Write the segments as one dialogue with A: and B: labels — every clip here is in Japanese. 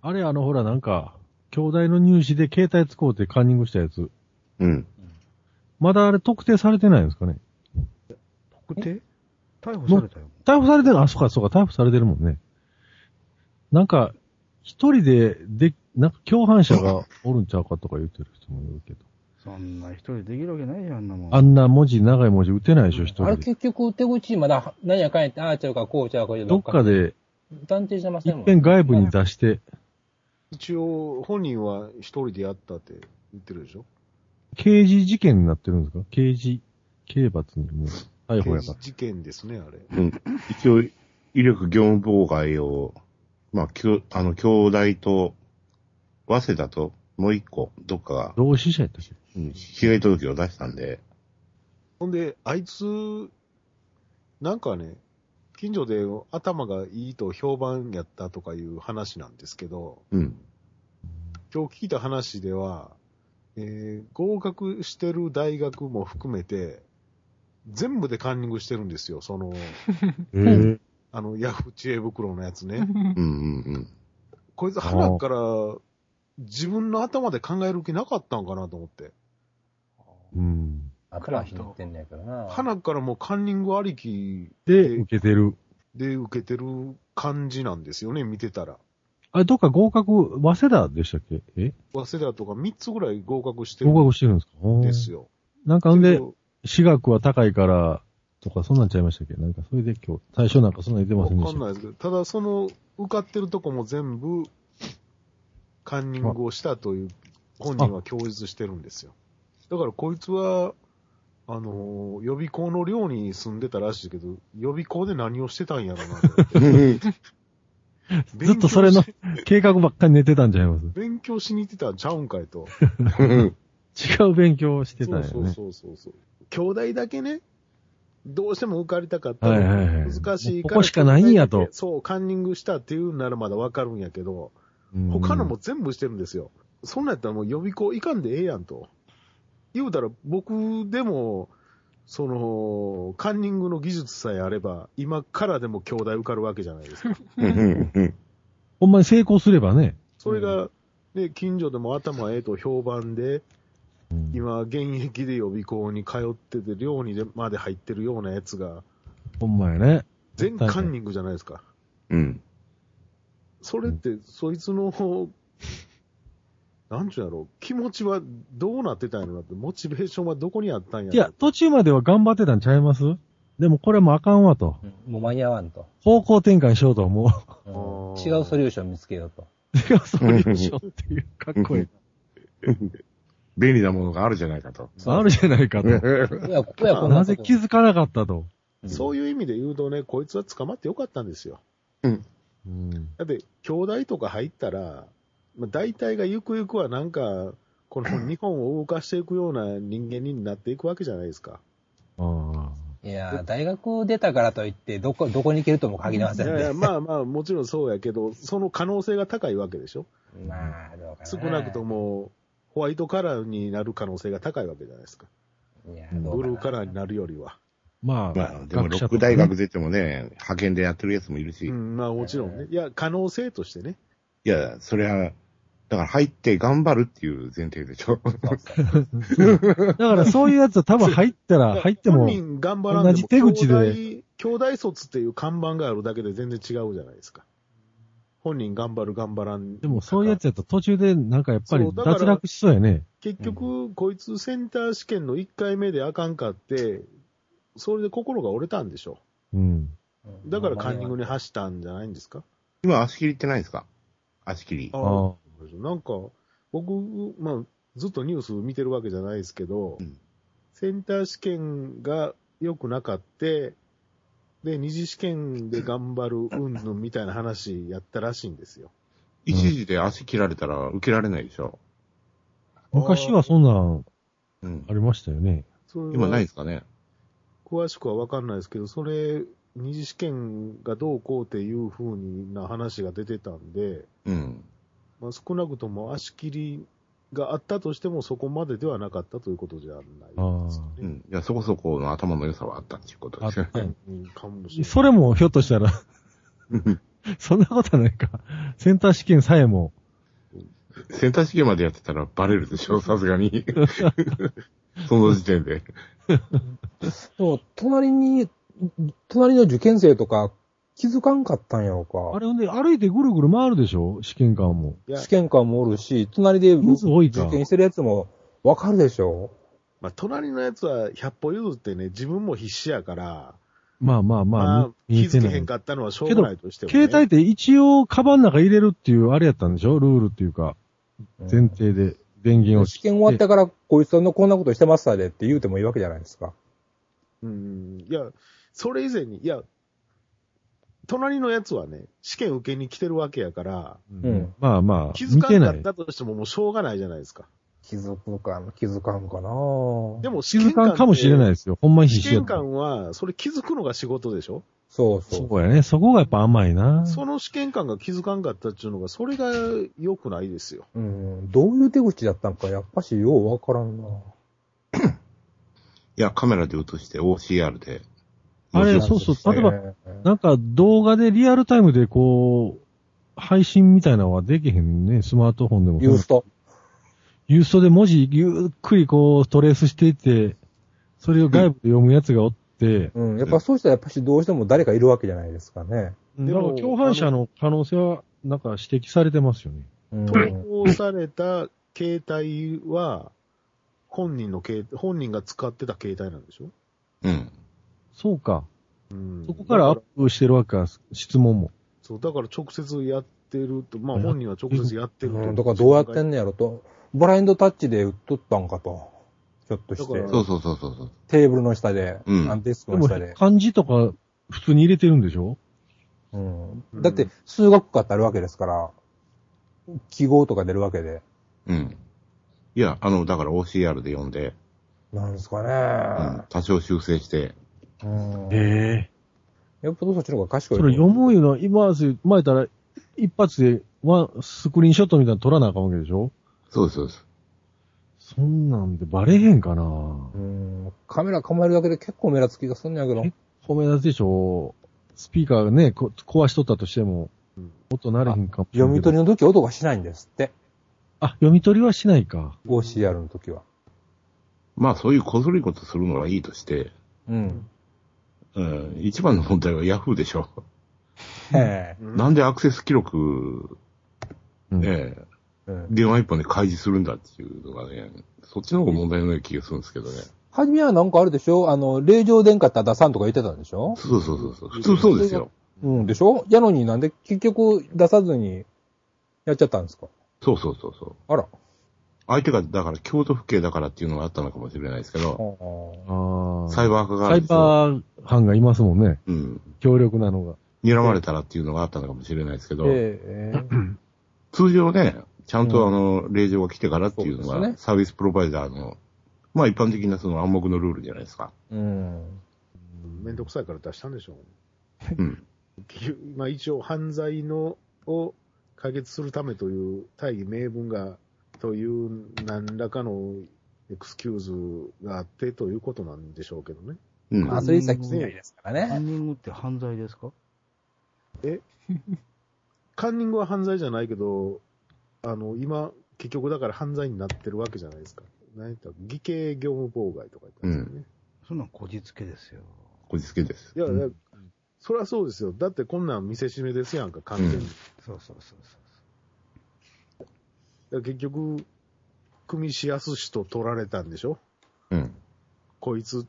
A: あれ、あの、ほら、なんか、兄弟の入試で携帯使うてカンニングしたやつ。
B: うん。
A: まだあれ特定されてないんですかね
C: 特定逮捕されたよ。
A: 逮捕されてる、あ、そうか、そうか、逮捕されてるもんね。なんか、一人で、で、なんか共犯者がおるんちゃうかとか言ってる人もいるけど。
C: そんな一人できるわけないじゃん、あんなもん。
A: あんな文字、長い文字打てないでしょ、一
D: あれ
A: 人で。
D: 結局、手口まだ、何やかんやって、ああちゃうか、こうちゃうか、
A: どっか。で、
D: 断定してませ
A: 一
D: んもん。
A: 遍外部に出して、
B: 一応、本人は一人でやったって言ってるでしょ
A: 刑事事件になってるんですか刑事、刑罰にもう、逮捕
B: 刑
A: やか
B: 事
A: ら。
B: 事件ですね、あれ。
E: うん。一応、威力業務妨害を、まあ、きょあの、兄弟と、早稲田と、もう一個、どっかが、
A: 同志社やったっけ
E: うん被害届を出したんで、
B: ほんで、あいつ、なんかね、近所で頭がいいと評判やったとかいう話なんですけど、
E: うん。
B: 今日聞いた話では、えー合格してる大学も含めて、全部でカンニングしてるんですよ、その、
A: え
B: あの、ヤフー知恵袋のやつね。
E: うんうんうん。
B: こいつ腹から自分の頭で考える気なかったんかなと思って。
A: うん。
D: あ、プラン言ってんねやからな。
B: 腹からもうカンニングありき
A: で、受けてる。
B: で受けてる感じなんですよね、見てたら。
A: あれ、どっか合格、早稲田でしたっけえ
B: 早稲田とか3つぐらい合格してる
A: 合
B: ん
A: 格してるんですかおー
B: ですよ。
A: なんか、ほん
B: け
A: で、
B: ど
A: 私学は高いから、とか、そんなんちゃいましたっけなんか、それで今日、最初なんかそんなん言ってま
B: わ
A: せんで
B: か
A: し
B: ん
A: た
B: ないですけど、ただその受かってるとこも全部カンニングをしたという本人は供述してるんですよ。だからこいつは、あのー予備校の寮に住んでたらしいけど、予備校で何をしてたんやろなと思って。
A: ずっとそれの
B: 勉強し
A: 計画ばっかり寝てたんちゃいます
B: 勉強しに行ってたんちゃうんかいと。
A: 違う勉強をしてたんやね。
B: そうそうそうそう。兄弟だけね、どうしても受かりたかった
A: はい
B: ら、
A: はいはい。
B: 難しい
A: もうこ
B: から。
A: こしかないんやと。
B: そう、カンニングしたっていうならまだわかるんやけど、
A: うん
B: 他のも。全部してるんですよ。そんなんやったらもう予備校行かんでええやんと。言うたら僕でも、その、カンニングの技術さえあれば、今からでも兄弟受かるわけじゃないですか。
A: ほんまに成功すればね。
B: それが、ね、近所でも頭ええと評判で、
A: うん
B: 今、現役で予備校に通ってて、寮にまで入ってるようなやつが、
A: ほんまやね。
B: 全カンニングじゃないですか。
E: うん。
B: それって、そいつの、なんちゅうやろう、気持ちはどうなってたんやろなって、モチベーションはどこにあったんやろ
A: いや、途中までは頑張ってたんちゃいますでもこれもあかんわと。
D: うんもう間に合わんと。
A: 方向転換しようと 思う。
D: うん
B: あ
D: 違
B: ー
D: うソリューション見つけようと。
A: 違うソリューションっていう、かっこいい。
E: 便利なものがあるじゃないかと。
A: あるじゃないかと。
D: いや、ここや、こんな
A: な
D: こ
A: ぜ
D: と。
A: 気づかなかったと。
B: そういう意味で言うとね、こいつは捕まってよかったんですよ。
A: うん。
B: だって、兄弟とか入ったら、まあ、大体がゆくゆくはなんか、この日本を動かしていくような人間になっていくわけじゃないですか。
A: あ
D: いや、大学出たからといって、どこ、どこに行けるとも限りま
B: い
D: せん
B: やい
D: ね
B: や、。まあまあ、もちろんそうやけど、その可能性が高いわけでしょ
D: まあ、どうかな。
B: 少なくと。も、ホワイトカラーになる可能性が高いわけじゃないですか。
D: いや、どうかな
B: ブルーカラーになるよりは。
A: まあ、
E: まあ、でも、
A: 学
E: ロ
A: 者と
E: ック
A: かね
E: 大学出てもね、派遣でやってるやつもいるし、
B: う
E: い
B: ん、まあもちろんね。いや、可能性としてね。
E: や、それは、だから入って頑張るっていう前提でしょ。
D: そうそう
A: だからそういうやつは多分入ったら、入っても
B: 本、人頑張らんでも
A: 同じ手口で
B: 兄弟、兄弟卒っていう看板があるだけで全然違うじゃないですか。本人頑張る頑張らん。
A: でもそういうやつやと途中でなんかやっぱり
B: そうだから
A: 脱落しそうやね。
B: 結局、こいつセンター試験の1回目であかんかって、それで心が折れたんでしょ。
A: うん。
D: うん
B: だからカンニングに走ったんじゃないんですか
E: 今、足切りってないですか足切り。
B: あ
A: あ
B: なんか、僕、まあ、ずっとニュース見てるわけじゃないですけど、
E: うん
B: センター試験が良くなかって、で、二次試験で頑張る、うんぬんみたいな話やったらしいんですよ。
E: 一時で足切られたら受けられないでしょ。
A: 昔はそんなん
E: うん
A: あ。りましたよね。
B: それ
E: 今ない
B: は
E: ですかね。
B: 詳しくはわかんないですけど、それ、二次試験がどうこうっていう風な話が出てたんで、
E: うん。
B: まあ、少なくとも足切りがあったとしてもそこまでではなかったということじゃないですか
E: う
B: ね。
E: ん。いや、そこそこの頭の良さはあったっていうことですよ。
A: あった
B: うん、かもしれな い。
A: それもひょっとしたら、そんなことはないか。センター試験さえも
E: センター試験までやってたらバレるでし ょ、さすがに。 その時点で。
D: でも、隣に、隣の受験生とか気づかんかったんやろ
A: あ
D: う
A: れほんで、歩いてぐるぐる回るでしょ試験官も。
B: いや
D: か。試験官もおるし、隣で
A: 人数多いか
D: 受験してるやつもわかるでしょ
B: まあ、隣のやつは100歩譲ってね、自分も必死やから、
A: まあまあまあ、
B: まあ、気
A: 見えて
B: づけ
A: な
B: へ
A: い
B: ん。かったのはしょうがないとしても、ね。
A: 携帯って一応、カバンの中入れるっていう、あれやったんでしょルールっていうか、前提で、電源を。
D: 試験終わったから、こいつのこんなことしてましたでって言うてもいいわけじゃないですか。
B: うん。いや、それ以前に、いや、隣のやつはね、試験受けに来てるわけやから、
A: うん
D: うん
A: まあま
B: 気
A: あ、
B: づ
A: 見
B: か
A: て
B: な
A: な
B: か
A: い
B: っ。たとしてももうしょうがないじゃないですか。
D: 気づくか、気づかんかな
B: で
A: 気
B: も試
A: づ
B: 験官っ
A: か
B: て
A: んかもしれないですよ。ほんまに必
B: 試
A: 死や
B: 験
A: った。
B: 官は、それ気づくのが仕事でしょ
D: そうそう。
A: そうやね。そこがやっぱ甘いな。
B: その試験官が気づかんかったっていうのが、それが良くないですよ。
D: うん、どういう手口だったんか、やっぱしようわからんな。
E: いや、カメラで映して OCR で。
A: あれ
E: もちろん
A: そうそう例えば
D: ええ
A: なんか動画でリアルタイムでこう、配信みたいなのはできへんね。スマートフォンでも。
D: ユースト。
A: ユーストで文字ゆっくりこうトレースしていって、それを外部で読むやつがおって、
D: うん、やっぱそうしたらやっぱしどうしても誰かいるわけじゃないですかね。
A: でも共犯者の可能性はなんか指摘されてますよね。
D: うん、
B: 投稿された携帯は、本人の携、本人が使ってた携帯なんでしょ
E: うん。
A: そうか。
B: うん
A: そこからアップしてるわけか、質問も。
B: そう、だから直接やってると、まあ
A: や
B: 本人は直接やってると。
D: うん、だからどうやってんのやろと。ブラインドタッチで打っとったんかと。ちょっとして
B: だ。から
E: そうそうそうそうそう。
D: テーブルの下で、
E: うん
D: あデスク
A: で
D: の
A: も
D: 下で。
A: 漢字とか普通に入れてるんでしょ
D: うん、だって数学科ってあるわけですから、記号とか出るわけで。
E: うん。いや、あの、だから OCR で読んで、
D: なんですか
E: うん
D: ね。、
E: 多少修正して、
D: うん
A: ええ。
D: やっぱそっちの方が賢い。
A: それ読むいうのは、今、前やったら一発でワンスクリーンショットみたいなの撮らなあかんわけでしょ
E: そうです、そうです。
A: そんなんでバレへんかな
D: うん、カメラ構えるだけで結構目立つ気がすんねやけど。
A: 米立つでしょスピーカーがね、こ壊しとったとしても、音なれへんかもしれんけど
D: 読み取りの時音がしないんですって。
A: あ、読み取りはしないか。
D: 5CR の時は。
E: まあ、そういうこずるいことするのはいいとして、
D: うん。
E: うん、一番の問題は Yahoo でしょ。
D: へ
B: うん
E: なんでアクセス記録、
A: うん
E: ね、
D: え。うん
E: 電話一本で開示するんだっていうのがね、そっちの方が問題のような気がするんですけどね。
D: はじめはなんかあれでしょあの、令状電化って出さんとか言ってたんでしょ
E: そうそうそうそう。普通そうですよ。
D: うん、でしょやのになんで結局出さずにやっちゃったんですか
E: そうそうそうそう。
D: あら。
E: 相手が、だから京都府警だからっていうのがあったのかもしれないですけど、
A: ああ。
E: サイバー化が
A: サ
E: あ
A: イ
E: る
A: バー犯がいますもんね。
E: うん。
A: 強力なのが。
E: 睨まれたらっていうのがあったのかもしれないですけど、
D: ええええ
E: 通常ね、ちゃん
D: う
E: と
D: ん
E: あの、令状が来てからっていうの
D: そうです
E: が、
D: ね
E: サービスプロバイダーの、まあ一般的なその暗黙のルールじゃないですか。
D: うん。
B: めんどくさいから出したんでしょう。
E: うん。
B: 結局まあ一応犯罪の、を解決するためという大義名分が、という何らかのエクスキューズがあってということなんでしょうけどね。
E: うん。
D: まあ、
E: あ
D: それさっきないですから
C: カ
D: ね。
C: ンニングって犯罪ですか
B: カンニングは犯罪じゃないけど、あの、今、結局だから犯罪になってるわけじゃないですか。何やったら偽計業務妨害とか言ったんですよね。
C: そんなんこじつけですよ。
E: こじつけです。
B: いや、いやそりゃそうですよ。だってこんなん見せしめですやんか、完全に。
E: うん
B: だか
C: そうそうそうそ
B: ら結局、組しやすしと取られたんでしょ
E: うん。
B: こいつ、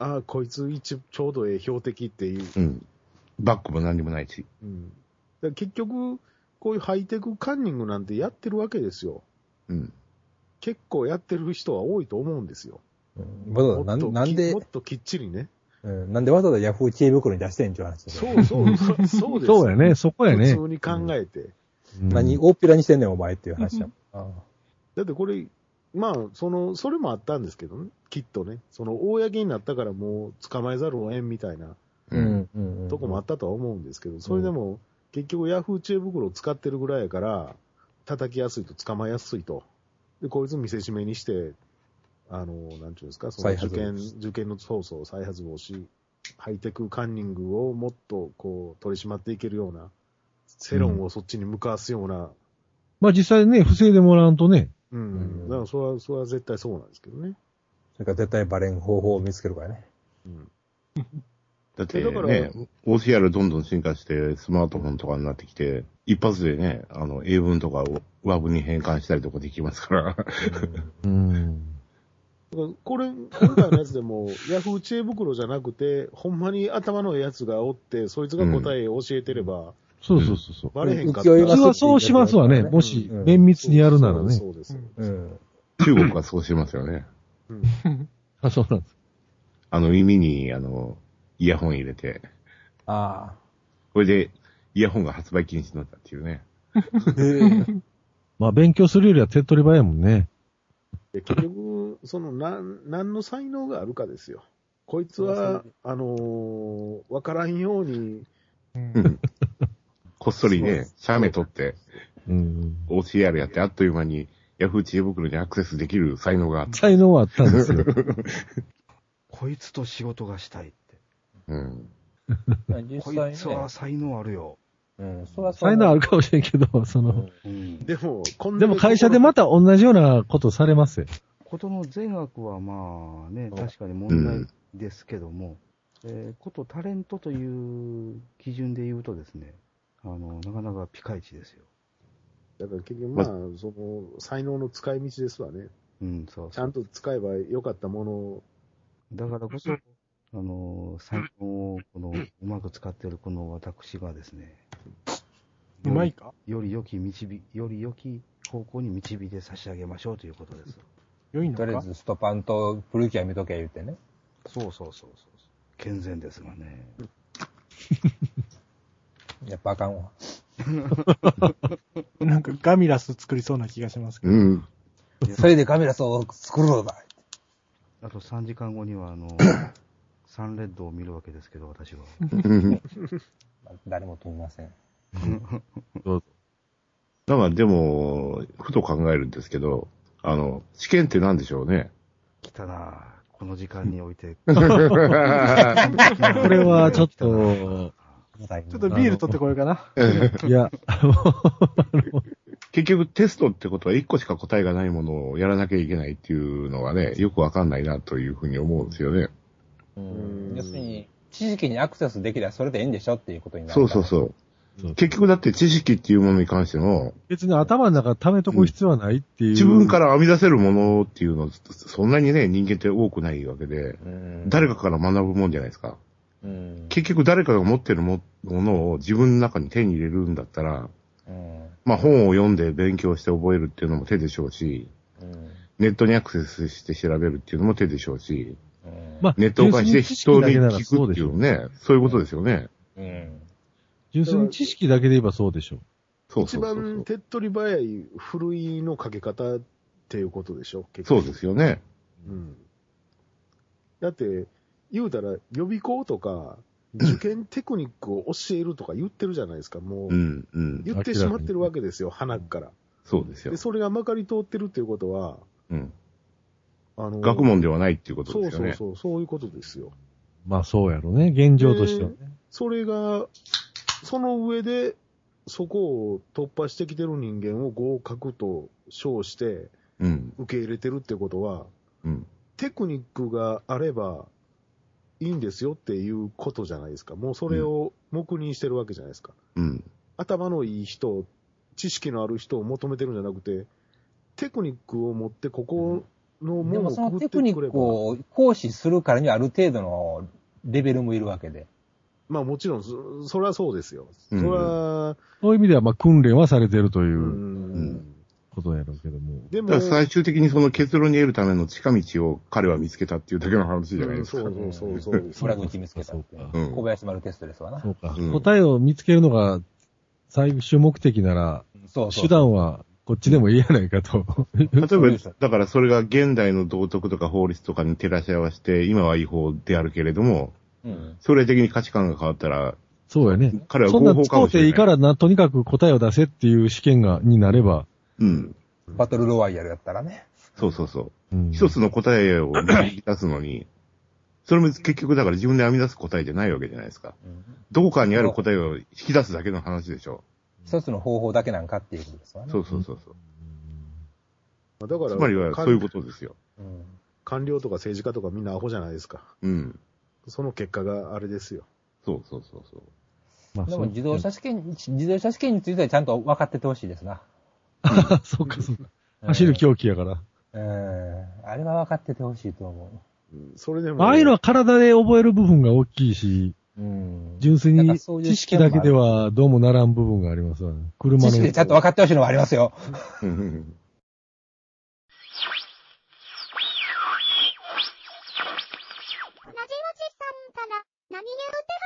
B: ああ、こいつ一ちょうどええ標的っていう。
E: うん。バックも何にもないし。
B: うん、だから結局、こういうハイテクカンニングなんてやってるわけですよ。
E: うん。
B: 結構やってる人は多いと思うんですよ。
D: うんわざ
B: も
D: わ
B: っ
D: ざ
B: と
D: ななん
B: き
D: で
B: もっ、ときっちりね。
D: うん、なんでわざわざヤフー知恵袋に出してんじゃんって話ですよ。
B: そ うそう、そうそうです。
A: そうやね。そこやね。
B: 普通に考えて。
A: うん
D: 何、大っぴらにしてんねん、お前っていう話だもん。ああ
B: だってこれ、まあ、その、それもあったんですけどね。きっとね。その、公になったからもう捕まえざるを得んみたいな
E: うん。
D: うん
B: とこもあったとは思うんですけど、それでも、結局ヤフー知恵袋を使ってるぐらいやから、叩きやすいと捕まえやすいと。で、こいつ見せしめにして、あの、なんちゅうんですか、その
D: 再
B: 受
D: 発防
B: 験、
D: 止
B: 受験の操作を再発防止、ハイテクカンニングをもっとこう取り締まっていけるような、世論をそっちに向かわすような
A: まあ実際ね、防いでもらうとね、
B: うん。だから、それは、それは絶対そうなんですけどね。
D: それから絶対バレん方法を見つけるからね。
B: うん。
E: だって
B: だから
E: ね、OCR どんどん進化して、スマートフォンとかになってきて、一発でね、あの、英文とかを WAV に変換したりとかできます から。
A: うん。
B: だからこれ、今回のやつでも、ヤフー知恵袋じゃなくて、ほんまに頭のやつがおって、そいつが答えを教えてれば、
A: そうそうそうそう。
B: バレへんかった
D: う
B: ら。
D: ん
A: 普通はそうしますわね。もし、
D: うん
A: 綿密にやるならね。
B: そうです。
D: うん。
E: 中国はそうしますよね。
B: うん
A: あ、そうなんです。
E: あの、耳に、あの、イヤホン入れて、
D: あ
E: これで、イヤホンが発売禁止になったっていうね。
D: あ。で、
A: まあ勉強するよりは手っ取り早いもんね。
B: で結局、その、なん、何の才能があるかですよ。こいつは、あのーわからんように、
E: うんこっそり
B: そうで
E: ね
B: す、
E: 写メ撮って、
A: うん。
E: OCR やって、あっという間に、ヤフー知恵袋にアクセスできる才能があった。
A: 才能はあったん ですよ。
C: こいつと仕事がしたいって。
E: うん。
F: 実
C: こ
F: 際
C: いつ
F: ね
C: は、才能あるよ。
D: うん。そらそう
A: 才能あるかもしれんけど、その、
C: うん。
B: でも、こん
A: でも会社でまた同じようなことされますよ。
C: ことの善悪はまあね、
B: そう
C: 確かに問題ですけども、えーことタレントという基準で言うとですね、あの、なかなかピカイチですよ。
B: だから結局、まあ、その、才能の使い道ですわね。
C: うん、そう
B: ちゃ。
C: そうん
B: と使えば良かったものを、
C: だからこそ、あの、才能をこの、うまく使っているこの私がですね、
F: うまいか
C: より良き導き、より良き方向に導いて差し上げましょうということです。
F: 良いの
D: とりあえ
F: か
D: ずストパンと古木は見とけ言うてね。
C: そうそうそうそう。健全ですがね。
D: やっぱあかんわ。
F: なんかガミラス作りそうな気がしますけど。
E: うん。
D: それでカメラそう作るのだ。
C: あと3時間後には、あの、 サンレッドを見るわけですけど、私は。
E: うん
D: 誰も止めません。
E: だからでも、ふと考えるんですけど、あの、試験って何でしょう ね。
C: 来たなぁこの時間において。
A: こ
C: こ
A: れはちょっと、
F: ちょっとビール取ってこようかな。
A: いや、
E: 結局テストってことは1個しか答えがないものをやらなきゃいけないっていうのがね、よくわかんないなというふうに思うんですよね。
D: うん要するに、知識にアクセスできればそれでいいんでしょっていうことになる。
E: そうそうそうう。結局だって知識っていうものに関しても、
A: 別に頭の中溜めとく必要はないっていう。
E: 自分から編み出せるものっていうの、そんなにね、人間って多くないわけで、
D: うん。
E: 誰かから学ぶもんじゃないですか。
D: うん。
E: 結局誰かが持ってるもものを自分の中に手に入れるんだったら、
D: うん。
E: まあ本を読んで勉強して覚えるっていうのも手でしょうし、
D: うん。
E: ネットにアクセスして調べるっていうのも手でしょうし、
D: うん
A: まあ、
E: ネットを介して人に聞
A: そ
E: く
A: う
E: っ
A: でし
E: てい
A: ょ
E: う。ね、そういうことですよね。
D: うん。
A: 純粋に知識だけで言えばそうでしょう。
E: そう
B: 一
E: そうそうそ
B: 番
E: う。
B: 手っ取り早い、ふるいのかけ方っていうことでしょ、結
E: そう
B: 局
E: ですよね。
B: うんだって、言うたら、予備校とか、受験テクニックを教えるとか言ってるじゃないですか、もう
E: う。ん、うん。
B: 言ってしまってるわけですよ、鼻から。
E: そうですよ
B: で、。それがまかり通ってるっていうことは、
E: うん。
B: あの、
E: 学問ではないっていうこと
B: そ
E: で
B: う
E: すよ
B: そう
E: ね。
B: そう、そういうことですよ。
A: まあそうやろね、現状としてはね。
B: それが、その上で、そこを突破してきてる人間を合格と称して
E: うん、
B: 受け入れてるってことは、
E: うん。
B: テクニックがあればいいんですよっていうことじゃないですか。もうそれを黙認してるわけじゃないですか。
E: うん。
B: 頭のいい人、知識のある人を求めてるんじゃなくて、テクニックを持ってここの
D: で
B: 門
D: も
B: を
D: そ
B: くぐ
D: の
B: って
D: テ
B: く
D: クニ
B: れ
D: ッ
B: ば
D: ク、を行使するからにはある程度のレベルもいるわけで。
B: まあもちろんそ、それはそうですよ。そ
E: うん
B: れは、。
A: そういう意味では、まあ訓練はされてるといううんことやろうけども。
B: で
E: だ
B: も
E: から、最終的にその結論に得るための近道を彼は見つけたっていうだけの話じゃないですか。
B: うんそうそうそうそう。
D: 裏口見つけたっていう
A: そう。か
E: うん
D: 小林丸テストですわな
A: そ。うか、
E: うん
A: 答えを見つけるのが最終目的なら、
D: そうそう。
A: 手段はこっちでもいいやないか と。
E: 例
D: そう
E: え
D: で
E: ば
D: す、
E: だからそれが現代の道徳とか法律とかに照らし合わせて、今は違法であるけれども、
D: うん。
E: 将来的に価値観が変わったら、
A: そうやね。
E: 彼は
A: そん
E: 合
A: な
E: 法か
A: 使
E: も
A: う
E: してれ
A: いい
E: な
A: か
E: い。
A: らな、とにかく答えを出せっていう試験が、になれば。
E: うん。
D: バトルロワイヤルやったらね。
E: そうそうそう。
A: うん
E: 一つの答えを導き出すのに、それも結局だから自分で編み出す答えじゃないわけじゃないですか。
D: うん
E: どこかにある答えを引き出すだけの話でしょ。
D: 一つの方法だけなんかっていうことですわね。
E: そうそうそうそう。
B: まあだから、
E: つまりは、そういうことですよ。
D: うん
B: 官僚とか政治家とかみんなアホじゃないですか。
E: うん。
B: その結果があれですよ。
E: そうそうそうそう。
A: まあ、
D: で
A: そう
D: も自動車試験、自動車試験についてはちゃんと分かっててほしいですな。
A: あ そうか、そうか。走る狂気やから。
D: うん。あれは分かっててほしいと思
B: うんそれでも、
A: ああいうのは体で覚える部分が大きいし、
D: う。うん。
A: 純粋
D: なん
A: に
D: かそういう
A: 知識だけではどうもならん部分がありますわね。車
D: 知
A: の。
D: 識でちゃんと分かってほしいのはありますよ。
E: うん
G: ラジオチさんから何言うて